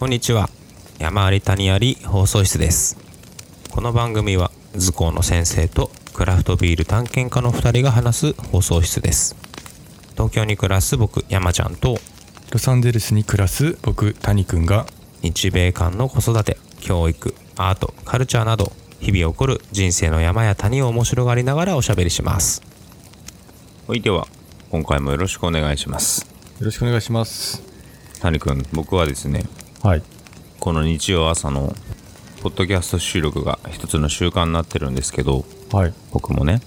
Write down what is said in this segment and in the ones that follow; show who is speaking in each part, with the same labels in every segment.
Speaker 1: こんにちは山あり谷あり放送室ですこの番組は図工の先生とクラフトビール探検家の2人が話す放送室です東京に暮らす僕山ちゃんと
Speaker 2: ロサンゼルスに暮らす僕谷くんが
Speaker 1: 日米間の子育て教育アートカルチャーなど日々起こる人生の山や谷を面白がりながらおしゃべりしますはいでは今回もよろしくお願いします
Speaker 2: よろしくお願いします
Speaker 1: 谷くん僕はですね
Speaker 2: はい
Speaker 1: この日曜朝のポッドキャスト収録が一つの習慣になってるんですけど
Speaker 2: はい
Speaker 1: 僕もね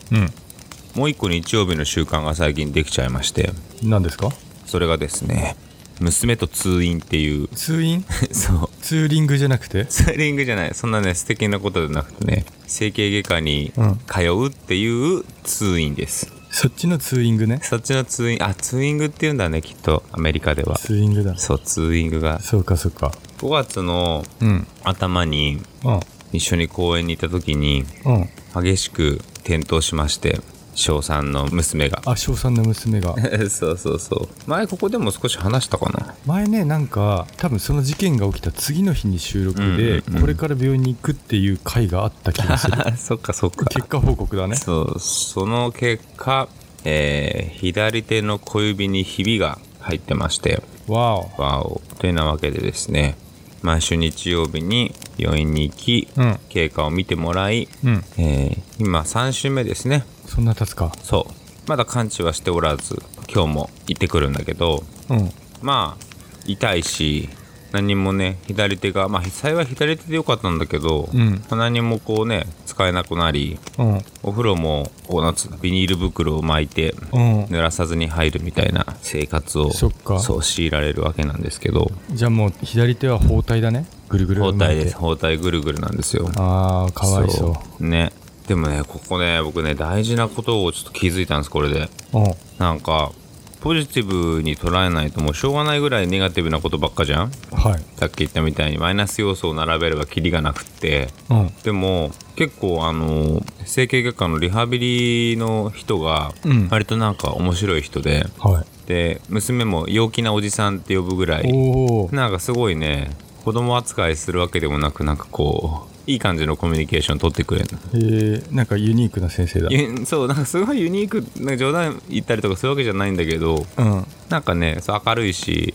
Speaker 2: う
Speaker 1: もう一個日曜日の習慣が最近できちゃいまして
Speaker 2: ん何ですか
Speaker 1: それがですね娘と通院っていう
Speaker 2: 通院
Speaker 1: そう
Speaker 2: ツーリングじゃなくて
Speaker 1: ツーリングじゃないそんなね素敵なことじゃなくてね整形外科に
Speaker 2: うん
Speaker 1: 通うっていう通院です、
Speaker 2: そっちのツーイングね
Speaker 1: そっちの通院あ通院グっていうんだねきっとアメリカでは
Speaker 2: ツーイングだ
Speaker 1: そう通院グが
Speaker 2: そうかそうか
Speaker 1: 5月の
Speaker 2: うん
Speaker 1: 頭に
Speaker 2: うん
Speaker 1: 一緒に公園に行った時に
Speaker 2: うん
Speaker 1: 激しく転倒しまして小3の娘が
Speaker 2: あ翔さんの娘が
Speaker 1: そうそうそう前ここでも少し話したかな
Speaker 2: 前ねなんか多分その事件が起きた次の日に収録で、
Speaker 1: うんうんうん
Speaker 2: これから病院に行くっていう回があった気 がする
Speaker 1: あそっかそっか
Speaker 2: 結果報告だね
Speaker 1: そうその結果、えー左手の小指にひびが入ってまして
Speaker 2: わお
Speaker 1: わおというなわけでですね毎週日曜日に病院に行き、
Speaker 2: うん
Speaker 1: 経過を見てもらい、
Speaker 2: うん
Speaker 1: えー今3週目ですね
Speaker 2: そんな経つか
Speaker 1: そうまだ完治はしておらず今日も行ってくるんだけど
Speaker 2: うん
Speaker 1: まあ痛いし何もね左手がまあ幸い左手でよかったんだけど、
Speaker 2: うん
Speaker 1: まあ何もこうね使えなくなり
Speaker 2: うん
Speaker 1: お風呂もこうなんつうのビニール袋を巻いて
Speaker 2: うん
Speaker 1: 濡らさずに入るみたいな生活を
Speaker 2: そっか
Speaker 1: う強いられるわけなんですけど
Speaker 2: じゃあもう左手は包帯だねぐるぐる
Speaker 1: 包
Speaker 2: 巻いて
Speaker 1: 帯です包帯ぐるぐるなんですよ
Speaker 2: ああかわいそう
Speaker 1: うねでもねここね僕ね大事なことをちょっと気づいたんですこれで
Speaker 2: う
Speaker 1: なんかポジティブに捉えないともうしょうがないぐらいネガティブなことばっかじゃん
Speaker 2: んはい
Speaker 1: さっき言ったみたいにマイナス要素を並べればキリがなくって
Speaker 2: うん
Speaker 1: でも結構あの整形外科のリハビリの人が
Speaker 2: うん
Speaker 1: 割となんか面白い人で、
Speaker 2: は
Speaker 1: で娘も陽気なおじさんって呼ぶぐら
Speaker 2: い
Speaker 1: い
Speaker 2: おお
Speaker 1: なんかすごいね子供扱いするわけでもなくなんかこういい感じのコミュニケーション取ってくれるの
Speaker 2: えー、なんかユニークな先生だ
Speaker 1: ゆ そうなんかすごいユニークなんか冗談言ったりとかそういうわけじゃないんだけど
Speaker 2: うんうん
Speaker 1: なんかねそう明るいし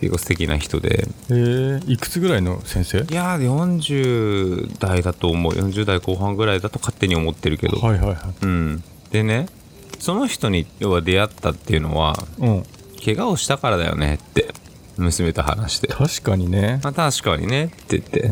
Speaker 1: 結構素敵な人で
Speaker 2: えー、いくつぐらいの先生
Speaker 1: いやー40代だと思う40代後半ぐらいだと勝手に思ってるけど、
Speaker 2: はいはいは
Speaker 1: う
Speaker 2: い
Speaker 1: んでねその人に要は出会ったっていうのは
Speaker 2: うん
Speaker 1: 怪我をしたからだよねって娘と話して
Speaker 2: 確かにね
Speaker 1: まあ確かにねって言って、、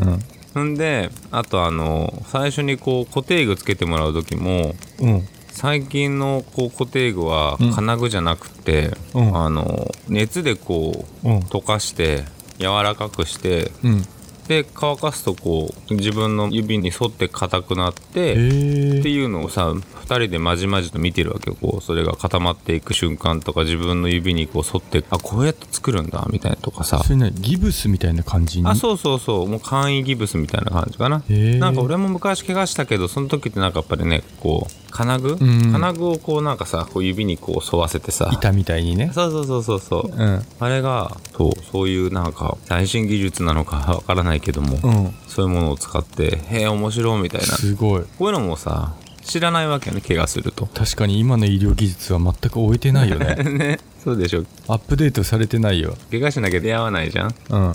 Speaker 2: うん
Speaker 1: であとあの最初にこう固定具つけてもらう時も
Speaker 2: んうん
Speaker 1: 最近のこう固定具は
Speaker 2: うん
Speaker 1: 金具じゃなくて、
Speaker 2: うん
Speaker 1: あの熱でこう
Speaker 2: うん
Speaker 1: 溶かして柔らかくして
Speaker 2: うん
Speaker 1: で乾かすとこう自分の指に沿って硬くなっ
Speaker 2: え
Speaker 1: て
Speaker 2: ー、
Speaker 1: っていうのをさ2人でまじまじと見てるわけよこうそれが固まっていく瞬間とか自分の指にこう沿ってあこうやって作るんだみたいなとかさ
Speaker 2: それなにギブスみたいな感じに
Speaker 1: あそうそうそうもう簡易ギブスみたいな感じかな
Speaker 2: へー
Speaker 1: なんか俺も昔怪我したけどその時ってなんかやっぱりねこう金具、
Speaker 2: ん
Speaker 1: 金具をこうなんかさこう指にこう沿わせてさ
Speaker 2: 板みたいにね
Speaker 1: そうそうそうそうそう
Speaker 2: うん
Speaker 1: あれがそうそういうなんか最新技術なのかわからないけども、
Speaker 2: うん
Speaker 1: そういうものを使ってへえ面白いみたいな
Speaker 2: すごい
Speaker 1: こういうのもさ知らないわけよね怪我すると
Speaker 2: 確かに今の医療技術は全く終えてないよね
Speaker 1: ねそうでしょ
Speaker 2: アップデートされてないよ
Speaker 1: 怪我しなきゃ出会わないじゃん
Speaker 2: うん
Speaker 1: へ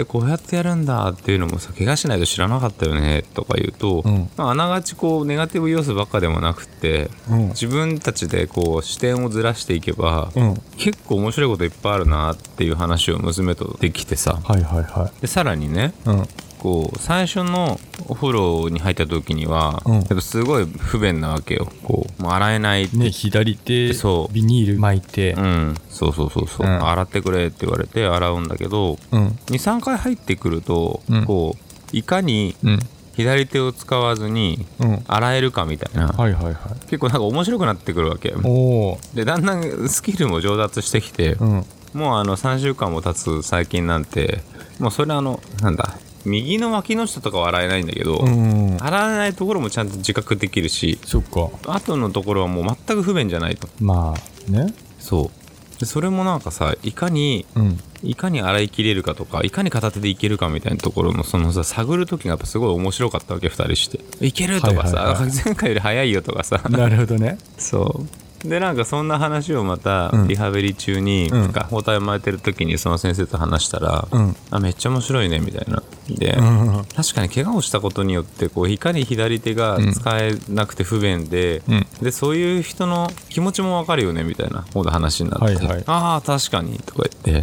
Speaker 1: えこうやってやるんだっていうのもさ怪我しないと知らなかったよねとか言うと、
Speaker 2: うん
Speaker 1: まああながちこうネガティブ要素ばっかでもなくって
Speaker 2: うん
Speaker 1: 自分たちでこう視点をずらしていけば、
Speaker 2: うん
Speaker 1: 結構面白いこといっぱいあるなっていう話を娘とできてさ
Speaker 2: はいはいは
Speaker 1: でさらにね
Speaker 2: いうん
Speaker 1: こう最初のお風呂に入った時には、
Speaker 2: うん
Speaker 1: やっぱすごい不便なわけよこうもう洗えないって、
Speaker 2: ね左手
Speaker 1: そう
Speaker 2: ビニール巻いて
Speaker 1: うんそうそうそうそう、
Speaker 2: うん
Speaker 1: 洗ってくれって言われて洗うんだけど
Speaker 2: うん
Speaker 1: 23回入ってくると、
Speaker 2: うん
Speaker 1: こういかに
Speaker 2: うん
Speaker 1: 左手を使わずに
Speaker 2: うん
Speaker 1: 洗えるかみたいな、
Speaker 2: はいはいはい
Speaker 1: 結構なんか面白くなってくるわけ
Speaker 2: おお
Speaker 1: でだんだんスキルも上達してきて、
Speaker 2: うん
Speaker 1: もうあの3週間も経つ最近なんてもうそれあのなんだ右の脇の下とかは洗えないんだけど、
Speaker 2: うんうん
Speaker 1: 洗わないところもちゃんと自覚できるし
Speaker 2: そっか
Speaker 1: 後のところはもう全く不便じゃないと
Speaker 2: まあね
Speaker 1: そうでそれもなんかさいかに
Speaker 2: うん
Speaker 1: いかに洗い切れるかとかいかに片手でいけるかみたいなところのそのさ探る時がやっぱすごい面白かったわけ2人していけるとかさ、
Speaker 2: はいはいはい
Speaker 1: 前回より早いよとかさ
Speaker 2: なるほどね
Speaker 1: そうでなんかそんな話をまた
Speaker 2: うん
Speaker 1: リハビリ中に、
Speaker 2: うん
Speaker 1: とか包帯を巻いてる時にその先生と話したら、
Speaker 2: うん
Speaker 1: あめっちゃ面白いねみたいなで、
Speaker 2: うんうん
Speaker 1: 確かに怪我をしたことによってこういかに左手が使えなくて不便で,、
Speaker 2: うん
Speaker 1: でそういう人の気持ちもわかるよねみたいな方で話になって、
Speaker 2: はいはい
Speaker 1: ああ確かにとか言って、
Speaker 2: あー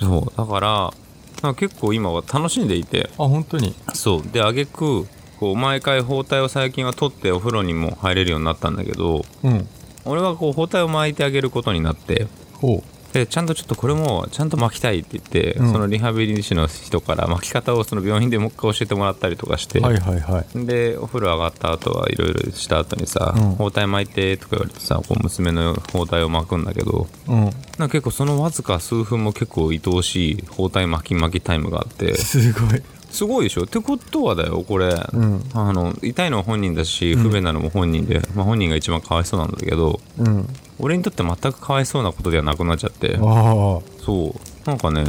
Speaker 1: そうだからなんか結構今は楽しんでいて
Speaker 2: あ本当に
Speaker 1: そうで挙句こう毎回包帯を最近は取ってお風呂にも入れるようになったんだけど
Speaker 2: うん
Speaker 1: 俺はこう包帯を巻いてあげることになって
Speaker 2: ほ
Speaker 1: でちゃんとちょっとこれもちゃんと巻きたいって言って、
Speaker 2: うん
Speaker 1: そのリハビリ士の人から巻き方をその病院でもう一回教えてもらったりとかして、
Speaker 2: うはいはいはい
Speaker 1: でお風呂上がった後はいろいろした後にさ、
Speaker 2: うん
Speaker 1: 包帯巻いてとか言われてさこう娘の包帯を巻くんだけど
Speaker 2: うん
Speaker 1: なんか結構そのわずか数分も結構愛おしい包帯巻き巻きタイムがあって
Speaker 2: すごい
Speaker 1: すごいでしょってことはだよこれ、
Speaker 2: ん
Speaker 1: あの痛いのは本人だし不便なのも本人で、まあ、本人が一番かわいそうなんだけど
Speaker 2: うん
Speaker 1: 俺にとって全くかわいそうなことではなくなっちゃって
Speaker 2: あ
Speaker 1: そうなんかね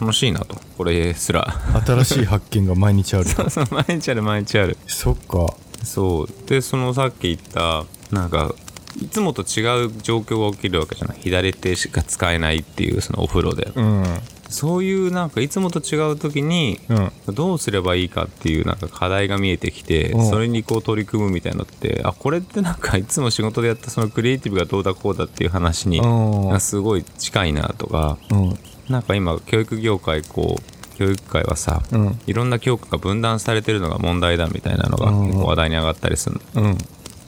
Speaker 1: 楽しいなとこれすら
Speaker 2: あ新しい発見が毎日ある
Speaker 1: そう毎日ある毎日ある
Speaker 2: そっか
Speaker 1: そうでそのさっき言ったなんかいつもと違う状況が起きるわけじゃない左手しか使えないっていうそのお風呂で
Speaker 2: うん
Speaker 1: そういうなんかいつもと違う時に
Speaker 2: うん
Speaker 1: どうすればいいかっていうなんか課題が見えてきて
Speaker 2: うん
Speaker 1: それにこう取り組むみたいなのってあこれってなんかいつも仕事でやったそのクリエイティブがどうだこうだっていう話に
Speaker 2: うん
Speaker 1: すごい近いなとか
Speaker 2: うん
Speaker 1: なんか今教育業界こう教育界はさ
Speaker 2: うん
Speaker 1: いろんな教科が分断されてるのが問題だみたいなのが
Speaker 2: うん
Speaker 1: 結構話題に上がったりするの
Speaker 2: うん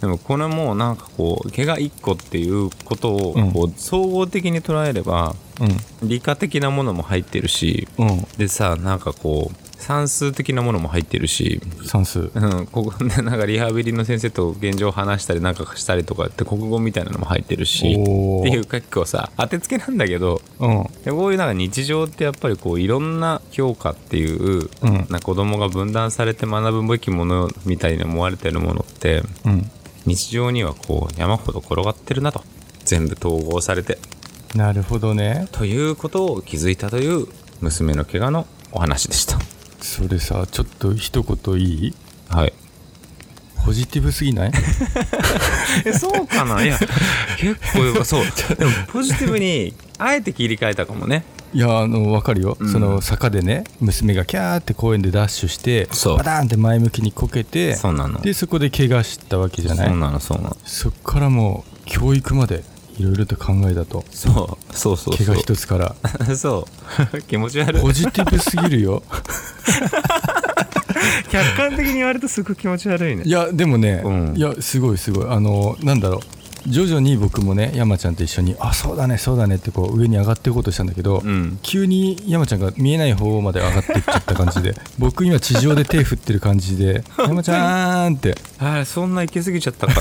Speaker 1: でもこれもなんかこう怪我1個っていうことを
Speaker 2: うん
Speaker 1: こう総合的に捉えれば
Speaker 2: うん
Speaker 1: 理科的なものも入ってるし
Speaker 2: うん
Speaker 1: でさなんかこう算数的なものも入ってるし、
Speaker 2: 算数
Speaker 1: うん、ここでなんかリハビリの先生と現状を話したりなんかしたりとかって国語みたいなのも入ってるし
Speaker 2: お
Speaker 1: って
Speaker 2: ー
Speaker 1: いう結構さ当てつけなんだけど
Speaker 2: うん
Speaker 1: でこういうなんか日常ってやっぱりこういろんな評価っていう、
Speaker 2: うん
Speaker 1: なんか子供が分断されて学ぶべきものみたいに思われてるものって
Speaker 2: うん
Speaker 1: 日常にはこう山ほど転がってるなと全部統合されて
Speaker 2: なるほどね
Speaker 1: ということを気づいたという娘の怪我のお話でした。
Speaker 2: それさちょっと一言いい
Speaker 1: はい
Speaker 2: ポジティブ すぎない
Speaker 1: えそうかない や結構そうでもポジティブにあえて切り替えたかもね
Speaker 2: いやあの分かるよ、
Speaker 1: うん
Speaker 2: その坂でね娘がキャーって公園でダッシュして
Speaker 1: そう
Speaker 2: バターンって前向きにこけて
Speaker 1: そうなの
Speaker 2: でそこで怪我したわけじゃない
Speaker 1: そうなのそうなの
Speaker 2: そっからもう教育までいろいろと考えたと
Speaker 1: そうそうそうそう
Speaker 2: 怪我一つから
Speaker 1: そう気持ち悪い
Speaker 2: ポジティブすぎるよ
Speaker 1: 客観的に言われるとすごく気持ち悪いね
Speaker 2: いやでもね、
Speaker 1: うん
Speaker 2: いやすごいすごいあのなんだろう徐々に僕もね山ちゃんと一緒にあそうだねそうだねってこう上に上がっていこうとしたんだけど、
Speaker 1: うん
Speaker 2: 急に山ちゃんが見えない方まで上がってっちゃった感 じで僕今地上で手振ってる感じで「山ちゃん!」って
Speaker 1: あれそんないけすぎちゃ ったから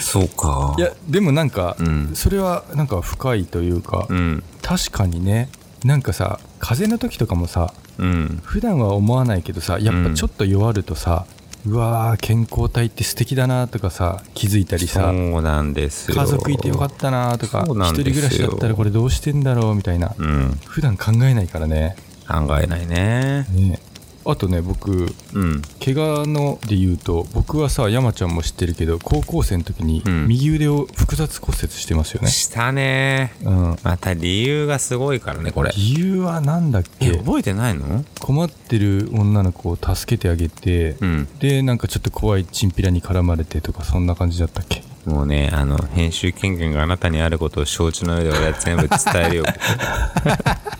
Speaker 1: そうか
Speaker 2: いやでもなんか、
Speaker 1: うん
Speaker 2: それはなんか深いというか、
Speaker 1: うん
Speaker 2: 確かにねなんかさ風邪の時とかもさ
Speaker 1: うん
Speaker 2: 普段は思わないけどさやっぱちょっと弱るとさ、うわー健康体って素敵だなとかさ気づいたり
Speaker 1: そ
Speaker 2: さ
Speaker 1: うなんですよ
Speaker 2: 家族いてよか
Speaker 1: っ
Speaker 2: ったなとか
Speaker 1: そう
Speaker 2: 一
Speaker 1: なん
Speaker 2: 人
Speaker 1: ですよ
Speaker 2: 暮らしだったらこれどうしてんだろうみたいな、
Speaker 1: うん
Speaker 2: 普段考えないからね
Speaker 1: 考えないね
Speaker 2: ねあとね僕
Speaker 1: うん
Speaker 2: 怪我ので言うと僕はさ山ちゃんも知ってるけど高校生の時に
Speaker 1: うん
Speaker 2: 右腕を複雑骨折してますよね、
Speaker 1: したね
Speaker 2: うん
Speaker 1: また理由がすごいからねこれ
Speaker 2: 理由はなんだっ
Speaker 1: え
Speaker 2: け
Speaker 1: 覚えてないの
Speaker 2: 困ってる女の子を助けてあげて、
Speaker 1: うん
Speaker 2: でなんかちょっと怖いチンピラに絡まれてとかそんな感じだったっけ
Speaker 1: もうね、あの、編集権限があなたにあることを承知の上で俺は全部伝え るよ。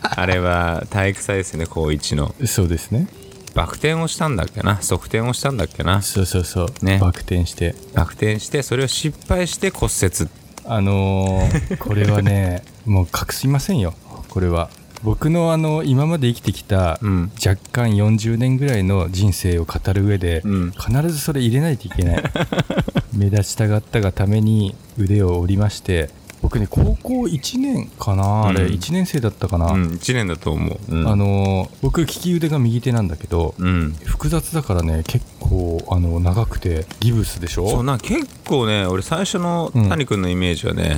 Speaker 1: あれは体育祭ですね、高一の。
Speaker 2: そうですね
Speaker 1: バク転をしたんだっけな側転をしたんだっけな
Speaker 2: そうそうそう、
Speaker 1: ね
Speaker 2: バク転して
Speaker 1: バク転して、それを失敗して骨折。
Speaker 2: あの ーこれはねもう隠しませんよこれは僕のあの今まで生きてきた
Speaker 1: うん。
Speaker 2: 若干40年ぐらいの人生を語る上で、
Speaker 1: うん
Speaker 2: 必ずそれ入れないといけない 目立ちたがったがために腕を折りまして僕ね高校1年かなあれ、
Speaker 1: うん
Speaker 2: 1年生だったかな、
Speaker 1: うん、1年だと思う。うん。
Speaker 2: あのー僕利き腕が右手なんだけど、
Speaker 1: うん。
Speaker 2: 複雑だからね結構あの長くてギブスでし
Speaker 1: そう
Speaker 2: ょ
Speaker 1: な、結構ね、俺最初の
Speaker 2: うん
Speaker 1: 谷君のイメージはね、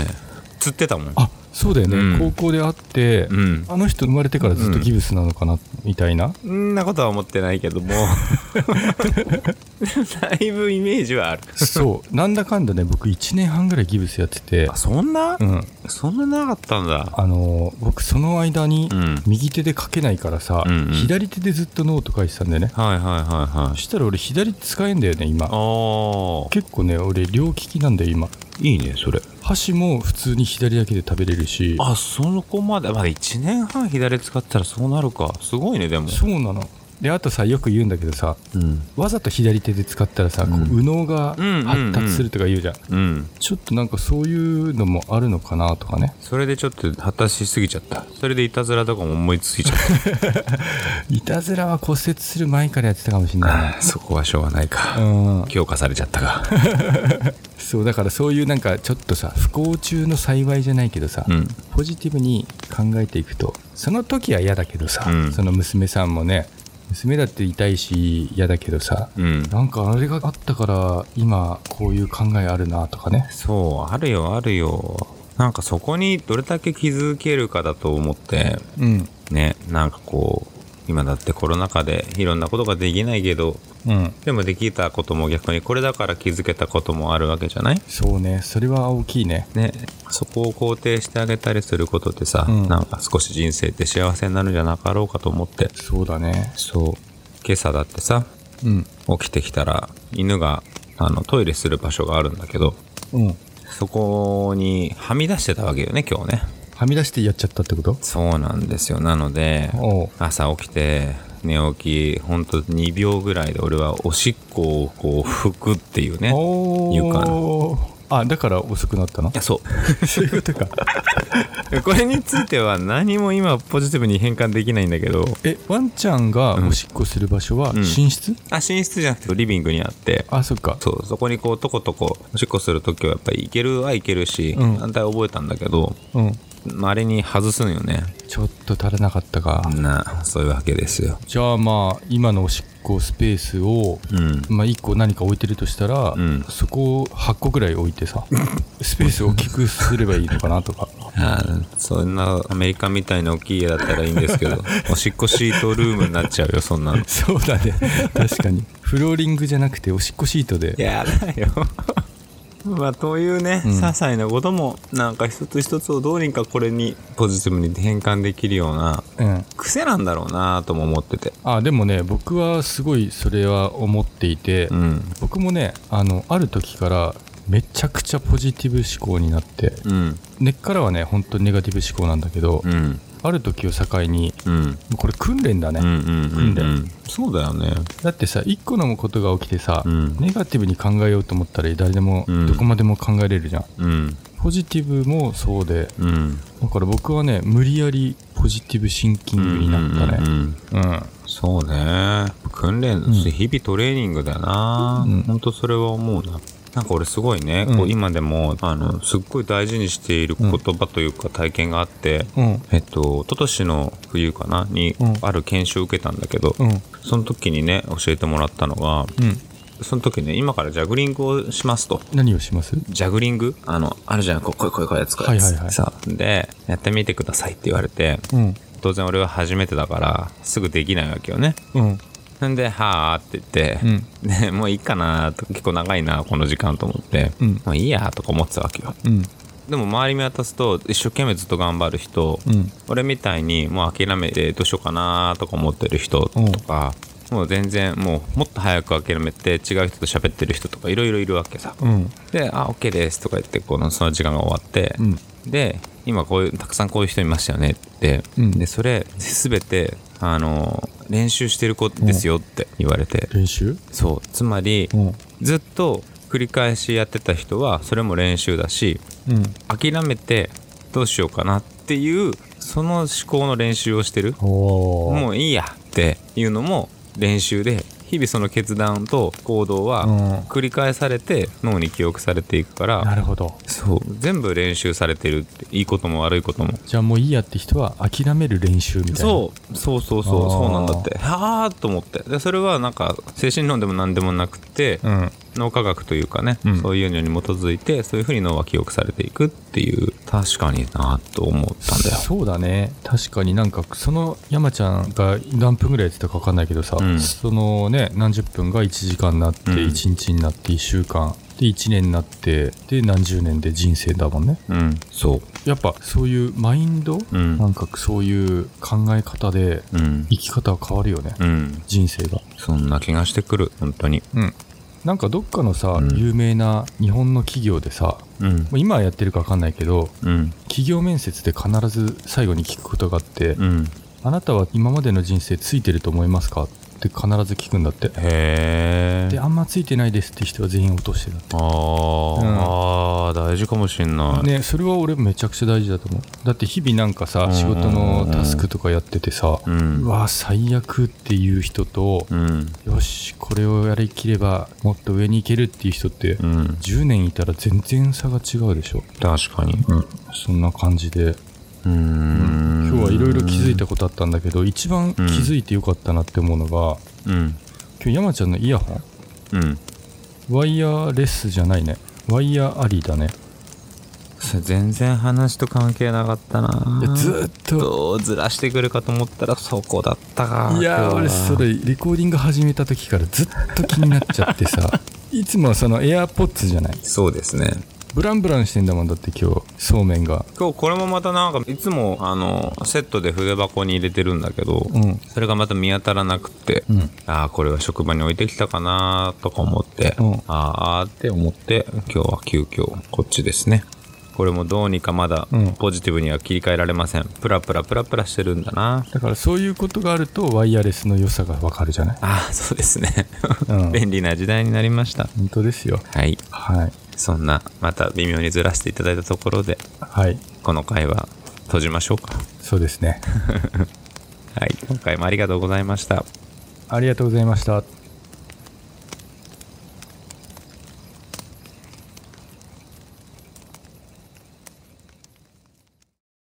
Speaker 1: 釣ってたもん。
Speaker 2: あそうだよね、
Speaker 1: うん
Speaker 2: 高校で会って、
Speaker 1: うん
Speaker 2: あの人生まれてからずっとギブスなのかな、みた いな
Speaker 1: そんなことは思ってないけど もだいぶイメージはある
Speaker 2: そうなんだかんだね僕1年半ぐらいギブスやってて
Speaker 1: あそんな、
Speaker 2: うん
Speaker 1: そんななかったんだ
Speaker 2: あの僕その間に
Speaker 1: うん
Speaker 2: 右手で書けないからさ、
Speaker 1: うんうん
Speaker 2: 左手でずっとノート書いてたんだよね
Speaker 1: はいはいはいは
Speaker 2: そ
Speaker 1: い
Speaker 2: したら俺左手使えんだよね今
Speaker 1: ああ
Speaker 2: 結構ね俺両利きなんだよ今
Speaker 1: いいねそれ
Speaker 2: 箸も普通に左だけで食べれるし
Speaker 1: あそこまでまだ1年半左使ったらそうなるかすごいねでも
Speaker 2: そうなのであとさよく言うんだけどさ
Speaker 1: うん
Speaker 2: わざと左手で使ったらさ、こう
Speaker 1: うん
Speaker 2: 右脳が発達するとか言うじゃん,、
Speaker 1: うん
Speaker 2: ちょっとなんかそういうのもあるのかなとかね
Speaker 1: それでちょっと果たしすぎちゃったそれでいたずらとかも思いついちゃっ
Speaker 2: いたずらは骨折する前からやってたかもし れない
Speaker 1: たそこはしょうがないか
Speaker 2: なうん
Speaker 1: 強化されちゃったか
Speaker 2: そうだからそういうなんかちょっとさ不幸中の幸いじゃないけどさ、
Speaker 1: うん
Speaker 2: ポジティブに考えていくとその時は嫌だけどさ、
Speaker 1: うん
Speaker 2: その娘さんもね娘だって痛いし嫌だけどさ、
Speaker 1: うん
Speaker 2: なんかあれがあったから今こういう考えあるなとかね
Speaker 1: そうあるよあるよなんかそこにどれだけ気づけるかだと思って
Speaker 2: うん
Speaker 1: ねなんかこう今だってコロナ禍でいろんなことができないけど
Speaker 2: うん
Speaker 1: でもできたことも逆にこれだから気づけたこともあるわけじゃない
Speaker 2: そうねそれは大きいね
Speaker 1: ね、そこを肯定してあげたりすることでさ、
Speaker 2: うん
Speaker 1: なんか少し人生って幸せになるんじゃなかろうかと思って
Speaker 2: そうだね
Speaker 1: そう今朝だってさ
Speaker 2: うん
Speaker 1: 起きてきたら犬があのトイレする場所があるんだけど
Speaker 2: うん
Speaker 1: そこにはみ出してたわけよね今日ね
Speaker 2: はみ出してやっちゃったってこと
Speaker 1: そうなんですよなので
Speaker 2: おう
Speaker 1: 朝起きて寝起きほんと2秒ぐらいで俺はおしっこをこう拭くっていうね
Speaker 2: お
Speaker 1: 床
Speaker 2: ーあだから遅くなったの
Speaker 1: いやそう
Speaker 2: そういうことか
Speaker 1: これについては何も今ポジティブに変換できないんだけど
Speaker 2: えワンちゃんがおしっこする場所は
Speaker 1: うん
Speaker 2: 寝室、
Speaker 1: あ寝室じゃなくてリビングにあって
Speaker 2: あそっか
Speaker 1: そうそこにこうとことこおしっこするときはやっぱり行けるは行けるし、
Speaker 2: うん
Speaker 1: 反対覚えたんだけど
Speaker 2: うん
Speaker 1: あれに外すんよね
Speaker 2: ちょっと足らなかったか、
Speaker 1: なそういうわけですよ
Speaker 2: じゃあまあ今のおしっこスペースを、
Speaker 1: うん
Speaker 2: まあ、1個何か置いてるとしたら、
Speaker 1: うん
Speaker 2: そこを8個ぐらい置いてさ スペースを大きくすればいいのかなとか
Speaker 1: あーそんなアメリカみたいな大きい家だったらいいんですけどおしっこシートルームになっちゃうよそんなの
Speaker 2: そうだね 確かにフローリングじゃなくておしっこシートで
Speaker 1: やだよまあというね、
Speaker 2: うん
Speaker 1: 些細なこともなんか一つ一つをどうにかこれにポジティブに変換できるような
Speaker 2: うん
Speaker 1: 癖なんだろうなとも思ってて
Speaker 2: あでもね僕はすごいそれは思っていて、
Speaker 1: うん
Speaker 2: 僕もねあのある時からめちゃくちゃポジティブ思考になって
Speaker 1: うん
Speaker 2: 根っからはね本当にネガティブ思考なんだけど、
Speaker 1: うん
Speaker 2: ある時を境に
Speaker 1: うん
Speaker 2: これ訓練だね、
Speaker 1: うんうんうん
Speaker 2: 訓練
Speaker 1: そうだよね
Speaker 2: だってさ1個のことが起きてさ、
Speaker 1: うん
Speaker 2: ネガティブに考えようと思ったら誰でも
Speaker 1: うん
Speaker 2: どこまでも考えれるじゃん、
Speaker 1: うん
Speaker 2: ポジティブもそうで
Speaker 1: うん
Speaker 2: だから僕はね無理やりポジティブシンキングになった
Speaker 1: うんうんう
Speaker 2: ね
Speaker 1: ん
Speaker 2: うん
Speaker 1: そうね訓練、
Speaker 2: ん
Speaker 1: 日々トレーニングだな、
Speaker 2: うん
Speaker 1: ほんとそれは思うななんか俺すごいね、こ
Speaker 2: う
Speaker 1: うん今でもあのすっごい大事にしている言葉というか体験があって、
Speaker 2: うん
Speaker 1: えっと一昨年の冬かなに
Speaker 2: うん
Speaker 1: ある研修を受けたんだけど、
Speaker 2: うん
Speaker 1: その時にね教えてもらったのが
Speaker 2: うん
Speaker 1: その時ね今からジャグリングをしますと
Speaker 2: 何をします
Speaker 1: ジャグリングあの、あるじゃん、こう、こう、こう、こうやつ、こうやつ。
Speaker 2: はいはいはい
Speaker 1: さ、で、やってみてくださいって言われて、
Speaker 2: うん
Speaker 1: 当然俺は初めてだから、すぐできないわけよね。
Speaker 2: うん
Speaker 1: んで、はあって
Speaker 2: う
Speaker 1: 言っ
Speaker 2: ん
Speaker 1: て、で、もういいかなと、結構長いな、この時間と思って、
Speaker 2: うん
Speaker 1: もういいやとか思ってたわけよ。
Speaker 2: うん
Speaker 1: でも周り見渡すと、一生懸命ずっと頑張る人、
Speaker 2: うん
Speaker 1: 俺みたいにもう諦めてどうしようかなとか思ってる人とか、もう全然もうもっと早く諦めて違う人と喋ってる人とかいろいろいるわけさ、
Speaker 2: うん
Speaker 1: で「あ OK です」とか言ってこのその時間が終わって、
Speaker 2: うん
Speaker 1: で今こういうたくさんこういう人いましたよねって、
Speaker 2: うん
Speaker 1: でそれ全てあの練習してる子ですよって言われて、
Speaker 2: 練習
Speaker 1: そうつまり、
Speaker 2: うん
Speaker 1: ずっと繰り返しやってた人はそれも練習だし
Speaker 2: うん
Speaker 1: 諦めてどうしようかなっていうその思考の練習をしてる
Speaker 2: おお
Speaker 1: もういいやっていうのも練習で日々その決断と行動は、
Speaker 2: うん
Speaker 1: 繰り返されて脳に記憶されていくから
Speaker 2: なるほど
Speaker 1: そう全部練習されてるっていいことも悪いことも
Speaker 2: じゃあもういいやって人は諦める練習みたいな
Speaker 1: そうそうそうそう
Speaker 2: あー
Speaker 1: そうなんだってはあと思ってでそれはなんか精神論でも何でもなくて、
Speaker 2: うん
Speaker 1: 脳科学というかね、
Speaker 2: うん
Speaker 1: そういうのに基づいてそういうふうに脳は記憶されていくっていう確かになと思ったんだよ
Speaker 2: そうだね確かになんかその山ちゃんが何分ぐらいやってたか分かんないけどさ、
Speaker 1: うん
Speaker 2: そのね何十分が1時間になって
Speaker 1: うん
Speaker 2: 1日になって1週間で1年になってで何十年で人生だもんね
Speaker 1: うんそ
Speaker 2: やっぱそういうマインド、
Speaker 1: ううん
Speaker 2: なんかそういう考え方で
Speaker 1: うん
Speaker 2: 生き方は変わるよね、
Speaker 1: うん
Speaker 2: 人生が
Speaker 1: そんな気がしてくる本当に
Speaker 2: うんなんかどっかのさ、
Speaker 1: うん
Speaker 2: 有名な日本の企業でさ
Speaker 1: うん
Speaker 2: もう今はやってるか分かんないけど
Speaker 1: うん
Speaker 2: 企業面接で必ず最後に聞くことがあって、
Speaker 1: うん
Speaker 2: あなたは今までの人生ついてると思いますかって必ず聞くんだって。
Speaker 1: へ
Speaker 2: で、
Speaker 1: え
Speaker 2: あんまついてないですって人は全員落としてたって
Speaker 1: あー、あー大事かもしんない、
Speaker 2: ね、それは俺めちゃくちゃ大事だと思う。だって日々なんか
Speaker 1: うん
Speaker 2: さ、
Speaker 1: うんうん
Speaker 2: 仕事のタスクとかやっててさ、
Speaker 1: うん
Speaker 2: うわ、最悪っていう人と、
Speaker 1: うん
Speaker 2: よし、これをやりきればもっと上に行けるっていう人って、
Speaker 1: うん
Speaker 2: 10年いたら全然差が違うでしょ。
Speaker 1: 確かに
Speaker 2: そんな感じで。
Speaker 1: うーん
Speaker 2: 今日はいろいろ気づいたことあったんだけど、一番気づいてよかったなって思うのが、
Speaker 1: うん
Speaker 2: 今日山ちゃんのイヤホン
Speaker 1: うん
Speaker 2: ワイヤーレスじゃないね。ワイヤーありだね。
Speaker 1: それ全然話と関係なかったない
Speaker 2: やずーっと。
Speaker 1: どうずらしてくるかと思ったらそこだったか
Speaker 2: いやー、俺それ、レコーディング始めた時からずっと気になっちゃって さ。いつもはその AirPods じゃない。
Speaker 1: そうですね
Speaker 2: ブランブランしてんだもんだって今日、そうめんが。
Speaker 1: 今日これもまたなんかいつもあのセットで筆箱に入れてるんだけど、
Speaker 2: うん
Speaker 1: それがまた見当たらなくて、
Speaker 2: うん
Speaker 1: ああこれは職場に置いてきたかなーとか思って、
Speaker 2: うん
Speaker 1: ああって思って今日は急遽こっちですねこれもどうにかまだ
Speaker 2: うん
Speaker 1: ポジティブには切り替えられません、プラプラプラプラしてるんだな
Speaker 2: だからそういうことがあると、ワイヤレスの良さがわかるじゃない。
Speaker 1: ああそうですね、
Speaker 2: う ん
Speaker 1: 便利な時代になりました
Speaker 2: 本当ですよ。
Speaker 1: はい
Speaker 2: はい。
Speaker 1: そんなまた微妙にずらしていただいたところで
Speaker 2: はい。
Speaker 1: この回は閉じましょうか
Speaker 2: そう ですね。
Speaker 1: はい今回もありがとうございました
Speaker 2: ありがとうございました。